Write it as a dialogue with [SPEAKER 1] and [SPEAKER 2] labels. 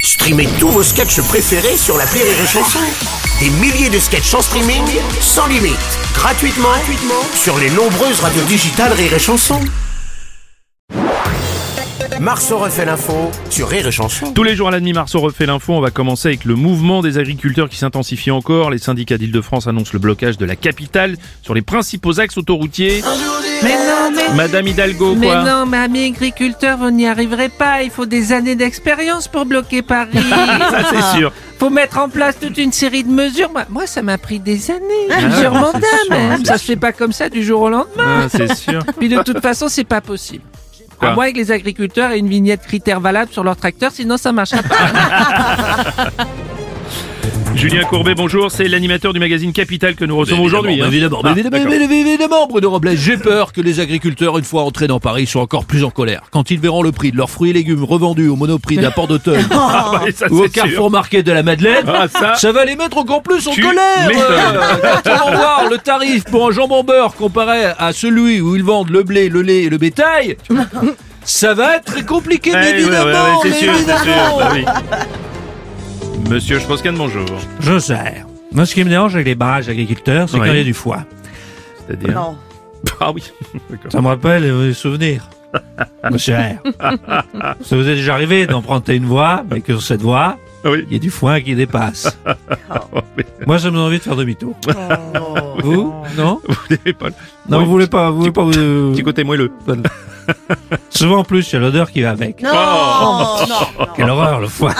[SPEAKER 1] Streamez tous vos sketchs préférés sur la Rire et Chanson. Des milliers de sketchs en streaming, sans limite, gratuitement, gratuitement sur les nombreuses radios digitales Rire et Chanson. Marceau refait l'info sur Rire et Chanson.
[SPEAKER 2] Tous les jours à la demi-mars, on refait l'info. On va commencer avec le mouvement des agriculteurs qui s'intensifie encore. Les syndicats d'Île-de-France annoncent le blocage de la capitale sur les principaux axes autoroutiers.
[SPEAKER 3] Mais non, mais,
[SPEAKER 2] Madame Hidalgo,
[SPEAKER 3] mais
[SPEAKER 2] quoi
[SPEAKER 3] non, mais amis agriculteurs, vous n'y arriverez pas. Il faut des années d'expérience pour bloquer Paris.
[SPEAKER 2] Ça,
[SPEAKER 3] Ah.
[SPEAKER 2] c'est sûr.
[SPEAKER 3] Faut mettre en place toute une série de mesures. Moi, moi, ça m'a pris des années, plusieurs
[SPEAKER 2] ouais,
[SPEAKER 3] mandats
[SPEAKER 2] Ah, c'est sûr,
[SPEAKER 3] même.
[SPEAKER 2] c'est
[SPEAKER 3] Ça se fait pas comme ça du jour au lendemain.
[SPEAKER 2] Ah, c'est sûr.
[SPEAKER 3] Puis de toute façon, c'est pas possible.
[SPEAKER 2] Quoi
[SPEAKER 3] à moins que les agriculteurs aient une vignette critère valable sur leur tracteur, sinon ça marchera pas.
[SPEAKER 2] Julien Courbet, bonjour. C'est l'animateur du magazine Capital que nous recevons
[SPEAKER 4] Mais
[SPEAKER 2] aujourd'hui. hein.
[SPEAKER 4] Évidemment, mais
[SPEAKER 2] Ah,
[SPEAKER 4] évidemment, mais
[SPEAKER 2] d'accord.
[SPEAKER 4] évidemment, mais évidemment, Bruno Robles. J'ai peur que les agriculteurs, une fois entrés dans Paris, soient encore plus en colère. Quand ils verront le prix de leurs fruits et légumes revendus au monoprix de la Porte d'Auteuil
[SPEAKER 2] Ah, bah, ça,
[SPEAKER 4] ou au
[SPEAKER 2] c'est sûr.
[SPEAKER 4] Carrefour Market de la Madeleine,
[SPEAKER 2] Ah, ça-
[SPEAKER 4] ça... va les mettre encore plus en
[SPEAKER 2] Tu
[SPEAKER 4] colère.
[SPEAKER 2] m'étonnes.
[SPEAKER 4] Euh, Quand ils vont voir le tarif pour un jambon beurre comparé à celui où ils vendent le blé, le lait et le bétail, ça va être très compliqué, mais
[SPEAKER 2] Eh Ouais, ouais, ouais, ouais,
[SPEAKER 4] évidemment.
[SPEAKER 2] c'est
[SPEAKER 4] mais
[SPEAKER 2] sûr, c'est sûr,
[SPEAKER 4] évidemment.
[SPEAKER 2] bah oui. Monsieur Strauss-Kahn, bonjour.
[SPEAKER 5] Je sers. Moi, ce qui me dérange avec les barrages agriculteurs, c'est
[SPEAKER 2] Oui.
[SPEAKER 5] qu'il y a du foie.
[SPEAKER 2] C'est-à-dire Ah oui, d'accord.
[SPEAKER 5] Ça me rappelle euh, des souvenirs. Monsieur R. Ça vous est déjà arrivé d'emprunter une voie, mais que sur cette voie,
[SPEAKER 2] Ah oui. Oh,
[SPEAKER 5] il y a du foin qui dépasse.
[SPEAKER 2] oui.
[SPEAKER 5] Moi, ça me donne envie de faire demi-tour. Vous Non
[SPEAKER 2] Vous n'avez pas le
[SPEAKER 5] Non,
[SPEAKER 2] Oui,
[SPEAKER 5] vous voulez pas, vous voulez pas vous... euh,
[SPEAKER 2] petit côté moelleux.
[SPEAKER 5] Souvent,
[SPEAKER 2] Oh.
[SPEAKER 5] en plus, il y a l'odeur qui va avec.
[SPEAKER 6] Non, non, non.
[SPEAKER 5] Quelle horreur, le foie.